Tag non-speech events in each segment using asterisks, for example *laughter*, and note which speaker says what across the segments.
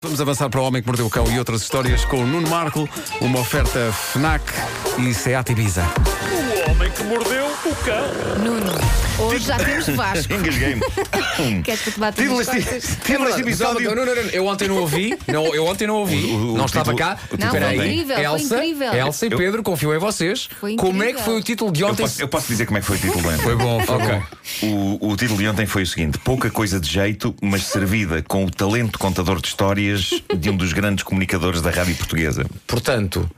Speaker 1: Vamos avançar para o Homem que Mordeu o Cão e outras histórias com o Nuno Marco, uma oferta FNAC e SEAT Ibiza.
Speaker 2: O homem que mordeu o cão.
Speaker 3: Nuno, hoje já temos *laughs* Vasco.
Speaker 4: Engasguei-me.
Speaker 3: Queres que eu te bata
Speaker 4: Título
Speaker 3: nas
Speaker 4: deste-
Speaker 3: costas?
Speaker 4: título deste episódio.
Speaker 5: Não, não, não, não, É eu ontem não ouvi, não, eu ontem não ouvi,
Speaker 4: o
Speaker 5: não estava
Speaker 4: título-
Speaker 5: cá.
Speaker 4: o título
Speaker 3: Não, foi
Speaker 5: Espera aí.
Speaker 3: incrível, foi
Speaker 5: Elsa,
Speaker 3: incrível.
Speaker 5: Elsa e Pedro, confio em vocês.
Speaker 3: Foi
Speaker 5: Como é
Speaker 3: incrível.
Speaker 5: que foi o título de
Speaker 4: Eu
Speaker 5: ontem?
Speaker 4: posso, eu posso dizer como é que foi o título bem.
Speaker 5: Foi bom, foi bom.
Speaker 4: O, o título de ontem foi o seguinte: Pouca coisa de jeito, mas servida com o talento contador de histórias de um dos grandes comunicadores da rádio portuguesa.
Speaker 5: Portanto,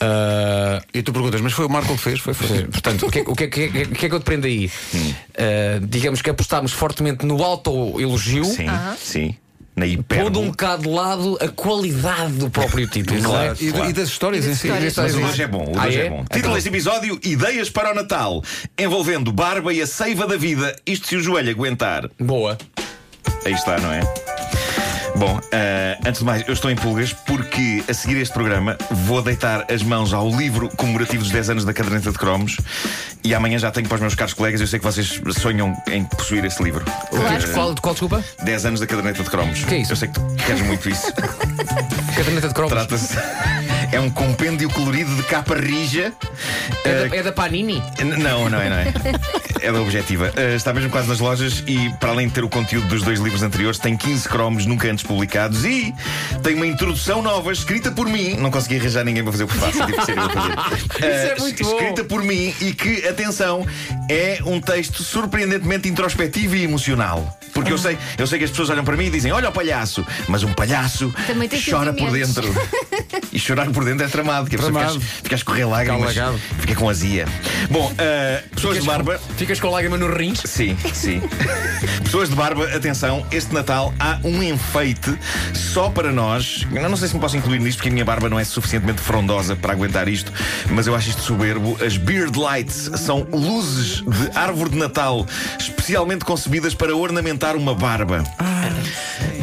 Speaker 5: ah,
Speaker 1: E tu perguntas, mas foi o Marco que fez? Foi, foi.
Speaker 5: portanto o, que, é- o que é- o que é- o que é que eu te prendo aí? Ah, digamos que apostámos fortemente no
Speaker 3: Uh,
Speaker 5: autoelogio,
Speaker 4: Sim, sim. Na
Speaker 5: pondo um
Speaker 4: hipérbole.
Speaker 5: bocado de lado a qualidade do próprio título, não é?
Speaker 4: Claro.
Speaker 1: E, e das histórias em si?
Speaker 3: Mas
Speaker 1: das
Speaker 4: Mas
Speaker 1: histórias
Speaker 4: o
Speaker 1: em
Speaker 4: de
Speaker 1: si.
Speaker 4: hoje é bom, o de
Speaker 5: Ah,
Speaker 4: hoje é?
Speaker 5: é?
Speaker 4: bom. Título deste episódio: Ideias para o Natal, envolvendo barba e a seiva da vida. Isto se o joelho aguentar.
Speaker 5: Boa.
Speaker 4: Aí está, não é? Bom, ah, antes de mais, eu estou em pulgas porque a seguir este programa vou deitar as mãos ao livro comemorativo dos 10 anos da caderneta de cromos e amanhã já tenho para os meus caros colegas. Eu sei que vocês sonham em possuir esse livro.
Speaker 5: De qual, de qual, desculpa?
Speaker 4: 10 anos da caderneta de cromos.
Speaker 5: Que é isso?
Speaker 4: Eu sei que tu queres muito
Speaker 5: *laughs*
Speaker 4: isso.
Speaker 5: Caderneta de cromos.
Speaker 4: Trata-se. É um compêndio colorido de capa rija.
Speaker 5: É
Speaker 4: ah,
Speaker 5: da, é da Panini?
Speaker 4: N- Não, não é, não é. É da objetiva. Uh, está mesmo quase nas lojas e, para além de ter o conteúdo dos dois livros anteriores, tem 15 cromos nunca antes publicados e tem uma introdução nova escrita por mim. Não consegui arranjar ninguém para fazer o prefácio, tive que ser eu a fazer.
Speaker 5: é *laughs*
Speaker 4: Uh,
Speaker 5: muito
Speaker 4: es-
Speaker 5: bom.
Speaker 4: Escrita por mim e que, atenção, é um texto surpreendentemente introspectivo e emocional. Porque eu sei, eu sei que as pessoas olham para mim e dizem: Olha o palhaço, mas um palhaço
Speaker 3: Também tem
Speaker 4: chora por
Speaker 3: sentimentos.
Speaker 4: dentro.
Speaker 3: *laughs*
Speaker 4: E chorar por dentro é tramado, que a pessoa
Speaker 1: Tramado.
Speaker 4: fica, fica a escorrer lágrimas,
Speaker 1: Calagado.
Speaker 4: fica com azia. Bom, ah, pessoas de barba.
Speaker 5: Ficas com lágrima nos rins?
Speaker 4: Sim, sim. Pessoas de barba, atenção, este Natal há um enfeite só para nós. Eu não sei se me posso incluir nisto, porque a minha barba não é suficientemente frondosa para aguentar isto, mas eu acho isto soberbo. As Beard Lights são luzes de árvore de Natal, especialmente concebidas para ornamentar uma barba.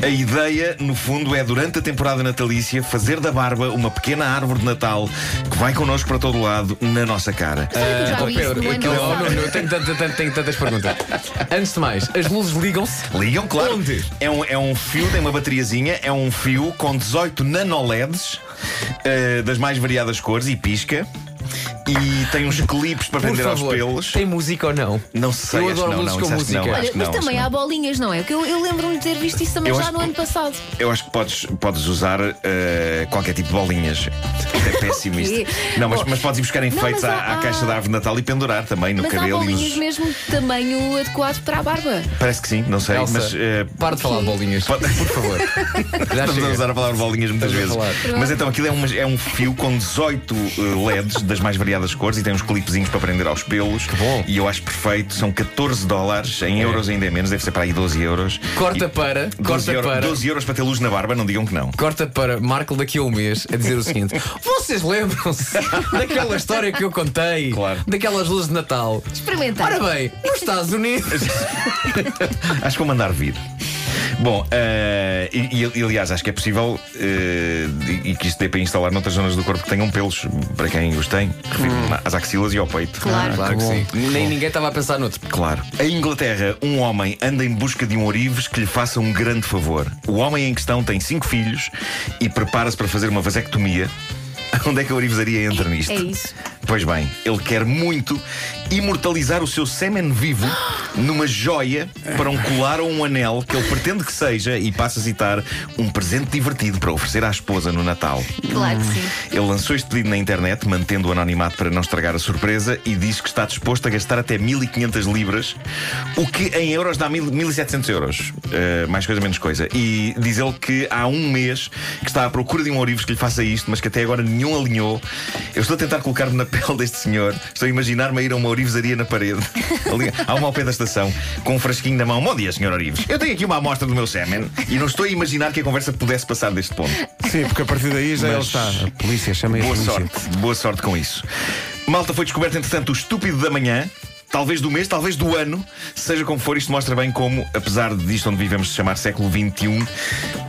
Speaker 4: A ideia, no fundo, é durante a temporada natalícia fazer da barba uma pequena árvore de Natal que vai connosco para todo lado, na nossa cara.
Speaker 3: Sabe que eu já
Speaker 5: Oh,
Speaker 3: ouvi isso é
Speaker 5: Pedro,
Speaker 3: no ano
Speaker 5: aquilo- oh,
Speaker 3: passado?
Speaker 5: Nuno, eu tenho, tanta- tanta- tenho tantas perguntas. Antes de mais, as luzes ligam-se.
Speaker 4: Ligam, claro.
Speaker 5: Onde?
Speaker 4: É um, é um fio, tem uma bateriazinha, é um fio com 18 nanoleds eh, das mais variadas cores e pisca. E tem uns clipes para
Speaker 5: Por
Speaker 4: vender aos
Speaker 5: favor,
Speaker 4: pelos.
Speaker 5: tem música ou não?
Speaker 4: Não sei,
Speaker 5: Eu
Speaker 4: acho
Speaker 5: adoro
Speaker 4: que não,
Speaker 5: luzes
Speaker 4: não, isso
Speaker 5: com
Speaker 4: acho que não,
Speaker 5: música.
Speaker 4: acho
Speaker 3: Olha,
Speaker 4: que
Speaker 3: mas
Speaker 4: não,
Speaker 3: também
Speaker 4: acho
Speaker 3: há bolinhas, não é? Que eu, eu lembro-me de ter visto isso também
Speaker 4: Eu
Speaker 3: já
Speaker 4: acho
Speaker 3: no
Speaker 4: que-
Speaker 3: ano passado.
Speaker 4: que não. Eu acho que podes, podes usar eh, qualquer tipo de bolinhas. É péssimo isto.
Speaker 3: Ok. *laughs*
Speaker 4: Não, mas,
Speaker 3: Bom,
Speaker 4: mas podes ir buscar enfeites
Speaker 3: mas
Speaker 4: à,
Speaker 3: há-
Speaker 4: à
Speaker 3: há-
Speaker 4: caixa da árvore de Natal e pendurar também no
Speaker 3: Mas há
Speaker 4: cabelo e
Speaker 3: bolinhas
Speaker 4: nos.
Speaker 3: mesmo de tamanho adequado para a barba.
Speaker 4: Parece que sim, não sei,
Speaker 5: Elsa,
Speaker 4: mas. eh,
Speaker 5: para de falar de bolinhas, por
Speaker 4: pode-
Speaker 5: favor.
Speaker 4: *laughs*
Speaker 5: Já
Speaker 4: Estamos a
Speaker 5: chega.
Speaker 4: usar a palavra bolinhas muitas
Speaker 5: Estamos
Speaker 4: vezes.
Speaker 5: a
Speaker 4: Mas então aquilo é, umas- é um fio com 18 eh, LEDs das mais variadas cores e tem uns clipezinhos para prender aos pelos. Que
Speaker 5: bom.
Speaker 4: E eu acho perfeito. São 14 dólares, em euros ainda é menos, deve ser para aí 12 euros.
Speaker 5: Corta
Speaker 4: E-
Speaker 5: para,
Speaker 4: 12
Speaker 5: corta
Speaker 4: euro-
Speaker 5: para.
Speaker 4: 12 euros para ter luz na barba, não digam que não.
Speaker 5: Corta para Marco daqui a um mês a dizer o seguinte: Vocês
Speaker 4: *laughs*
Speaker 5: lembram-se daquela história que eu contei?
Speaker 4: Claro.
Speaker 5: Daquelas luzes de Natal?
Speaker 3: Experimentar.
Speaker 5: Ora bem, nos Estados Unidos.
Speaker 4: Acho que vou mandar vir. Bom, eh, e, e, aliás, acho que é possível eh, e, e que isto dê para instalar noutras zonas do corpo que tenham pelos, para quem os tem, refiro-me às axilas e ao peito. Ah,
Speaker 3: Claro.
Speaker 5: Hum. Claro que
Speaker 1: bom,
Speaker 5: sim. Nem ninguém estava a pensar noutro.
Speaker 4: Claro. Em Inglaterra, um homem anda em busca de um ourives que lhe faça um grande favor. O homem em questão tem cinco filhos e prepara-se para fazer uma vasectomia. *laughs* Onde é que a ourivesaria entra nisto?
Speaker 3: é isso.
Speaker 4: Pois bem, ele quer muito imortalizar o seu sêmen vivo *gasps* numa joia para um colar ou um anel que ele pretende que seja, e passa a citar, um presente divertido para oferecer à esposa no Natal.
Speaker 3: Claro que sim.
Speaker 4: Ele lançou este pedido na internet, mantendo o anonimato para não estragar a surpresa, e diz que está disposto a gastar até 1500 libras, o que em euros dá 1000 1700 euros. Eh, mais coisa, menos coisa. E diz ele que há um mês que está à procura de um ourives que lhe faça isto, mas que até agora nenhum alinhou. Eu estou a tentar colocar-me na pele deste senhor, estou a imaginar-me a ir a uma ourivesaria na parede. Ali, há uma ao pé da estação, com um frasquinho na mão. Bom dia, senhor Ourives. Eu tenho aqui uma amostra do meu sêmen e não estou a imaginar que a conversa pudesse passar deste ponto.
Speaker 1: Sim, porque a partir daí já ele está. A polícia chama a
Speaker 4: Boa
Speaker 1: polícia.
Speaker 4: sorte, boa sorte com isso. Malta foi descoberto, entretanto, o estúpido da manhã. Talvez do mês, talvez do ano, seja como for, isto mostra bem como, apesar de disto onde vivemos se chamar século XXI, um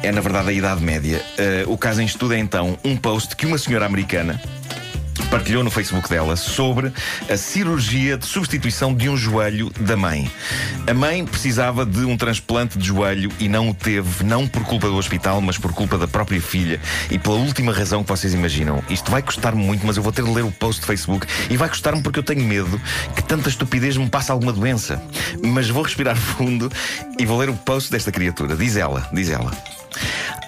Speaker 4: é na verdade a Idade Média. Eh, o caso em estudo é então um post que uma senhora americana partilhou no Facebook dela sobre a cirurgia de substituição de um joelho da mãe. A mãe precisava de um transplante de joelho e não o teve, não por culpa do hospital, mas por culpa da própria filha e pela última razão que vocês imaginam. Isto vai custar-me muito, mas eu vou ter de ler o post do Facebook e vai custar-me porque eu tenho medo que tanta estupidez me passe alguma doença. Mas vou respirar *laughs* fundo e vou ler o post desta criatura. Diz ela, diz ela.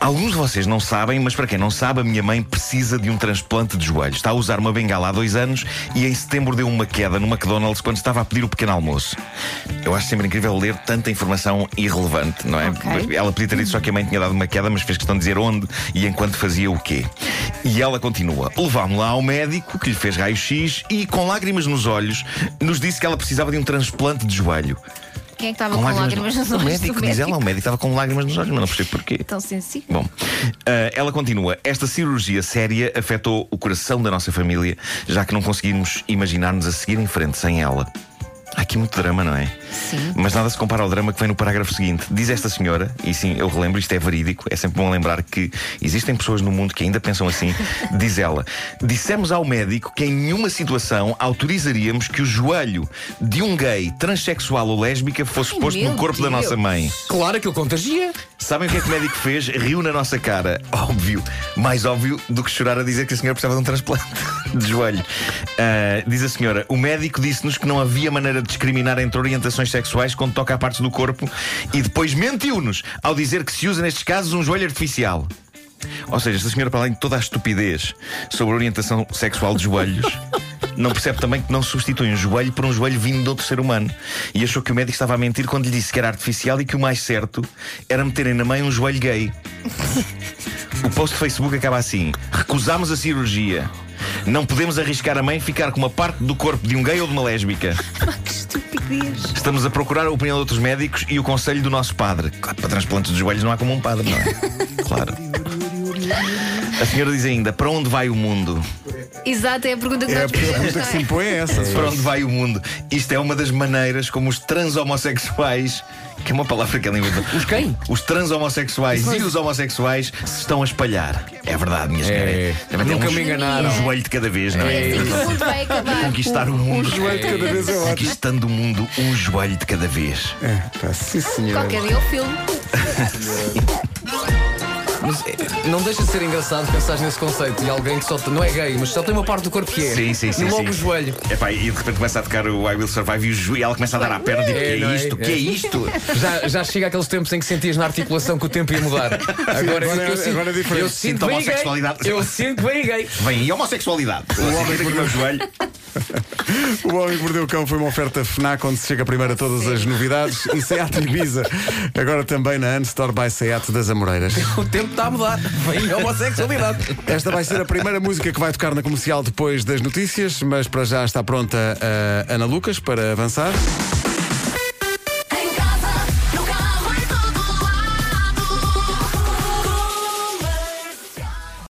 Speaker 4: Alguns de vocês não sabem, mas para quem não sabe, a minha mãe precisa de um transplante de joelho. Está a usar uma bengala há dois anos e em setembro deu uma queda no McDonald's quando estava a pedir o pequeno almoço. Eu acho sempre incrível ler tanta informação irrelevante, não é?
Speaker 3: Ok.
Speaker 4: Ela podia ter dito só que a mãe tinha dado uma queda, mas fez questão de dizer onde e enquanto fazia o quê. E ela continua: levámo lá ao médico que lhe fez raio-x e, com lágrimas nos olhos, nos disse que ela precisava de um transplante de joelho.
Speaker 3: Quem é que estava com lágrimas nos olhos?
Speaker 4: O
Speaker 3: do
Speaker 4: médico, diz ela, o médico estava com lágrimas nos olhos, mas não percebo porquê.
Speaker 3: Tão sensível.
Speaker 4: Bom, ah, ela continua. Esta cirurgia séria afetou o coração da nossa família, já que não conseguimos imaginar-nos a seguir em frente sem ela. Há aqui muito drama, não é?
Speaker 3: Sim.
Speaker 4: Mas nada se compara ao drama que vem no parágrafo seguinte. Diz esta senhora, e sim, eu relembro, isto é verídico, é sempre bom lembrar que existem pessoas no mundo que ainda
Speaker 3: *laughs*
Speaker 4: pensam assim. Diz ela: Dissemos ao médico que em nenhuma situação autorizaríamos que o joelho de um gay, transexual ou lésbica fosse
Speaker 3: Ai,
Speaker 4: posto no
Speaker 3: meu
Speaker 4: corpo da nossa
Speaker 3: Deus.
Speaker 4: mãe.
Speaker 5: Claro que eu contagia.
Speaker 4: Sabem o que é que o médico fez? Riu na nossa cara. Óbvio. Mais óbvio do que chorar a dizer que a senhora precisava de um transplante *laughs* de joelho. Ah, diz a senhora: o médico disse-nos que não havia maneira de discriminar entre orientações sexuais quando toca a partes do corpo e depois mentiu-nos ao dizer que se usa nestes casos um joelho artificial. Ou seja, esta senhora, para além de toda a estupidez sobre a orientação sexual de joelhos, não percebe também que não substitui um joelho por um joelho vindo de outro ser humano. E achou que o médico estava a mentir quando lhe disse que era artificial e que o mais certo era meterem na mãe um joelho gay. O post do Facebook acaba assim: recusámos a cirurgia. Não podemos arriscar a mãe ficar com uma parte do corpo de um gay ou de uma lésbica.
Speaker 3: *laughs* Que estupidez.
Speaker 4: Estamos a procurar a opinião de outros médicos e o conselho do nosso padre. Claro, para transplantes de joelhos não há como um padre, não é? Claro. A senhora diz ainda: para onde vai o mundo?
Speaker 3: Exato, é a pergunta que
Speaker 1: É, a
Speaker 3: nós fizemos,
Speaker 1: pergunta que
Speaker 3: não
Speaker 1: se
Speaker 3: é?
Speaker 1: impõe é essa.
Speaker 4: Para onde vai o mundo? Isto é uma das maneiras como os trans-homossexuais, que é uma palavra que ela inventou,
Speaker 5: Os quem?
Speaker 4: os trans-homossexuais e os homossexuais se estão a espalhar. É verdade, minha senhora.
Speaker 5: É.
Speaker 4: Também tem
Speaker 5: Nunca
Speaker 4: uns-
Speaker 5: me enganaram. Um
Speaker 4: Um joelho de cada vez, não é?
Speaker 3: É assim que o mundo vai acabar.
Speaker 4: Conquistar o mundo.
Speaker 1: joelho de *laughs* cada vez é ótimo.
Speaker 4: Conquistando o mundo, um joelho de cada vez.
Speaker 1: É, pá, sim, senhor.
Speaker 3: Qualquer dia o filme.
Speaker 5: Mas é, não deixa de ser engraçado pensar nesse conceito de alguém que só tem- não é gay, mas só tem uma parte do corpo que é.
Speaker 4: Sim, sim, sim.
Speaker 5: E logo
Speaker 4: sim.
Speaker 5: o joelho.
Speaker 4: Epá, e de repente começa a tocar o I Will Survive e, o jo- e ela começa a dar à perna tipo,
Speaker 5: É,
Speaker 4: que
Speaker 5: não
Speaker 4: é
Speaker 5: é?
Speaker 4: isto?
Speaker 5: É.
Speaker 4: Que é isto?
Speaker 5: Já, já chega aqueles tempos em que sentias na articulação que o tempo ia mudar. Agora, assim,
Speaker 1: agora-
Speaker 5: eu, sinto-
Speaker 1: agora é diferente.
Speaker 5: Eu
Speaker 4: Sinto
Speaker 5: sinto bem gay.
Speaker 4: homossexualidade.
Speaker 5: Eu sinto bem gay.
Speaker 4: Vem aí a homossexualidade. O homem aqui o meu joelho.
Speaker 1: O Homem que Mordeu o Cão foi uma oferta FNAC onde se chega primeiro a todas as *laughs* novidades e Seat Ibiza. Agora também na Unstore by Seat das Amoreiras.
Speaker 5: O tempo está a mudar. Vem a homossexualidade.
Speaker 1: Esta vai ser a primeira música que vai tocar na comercial depois das notícias, mas eh, para já está pronta a Ana Lucas para avançar.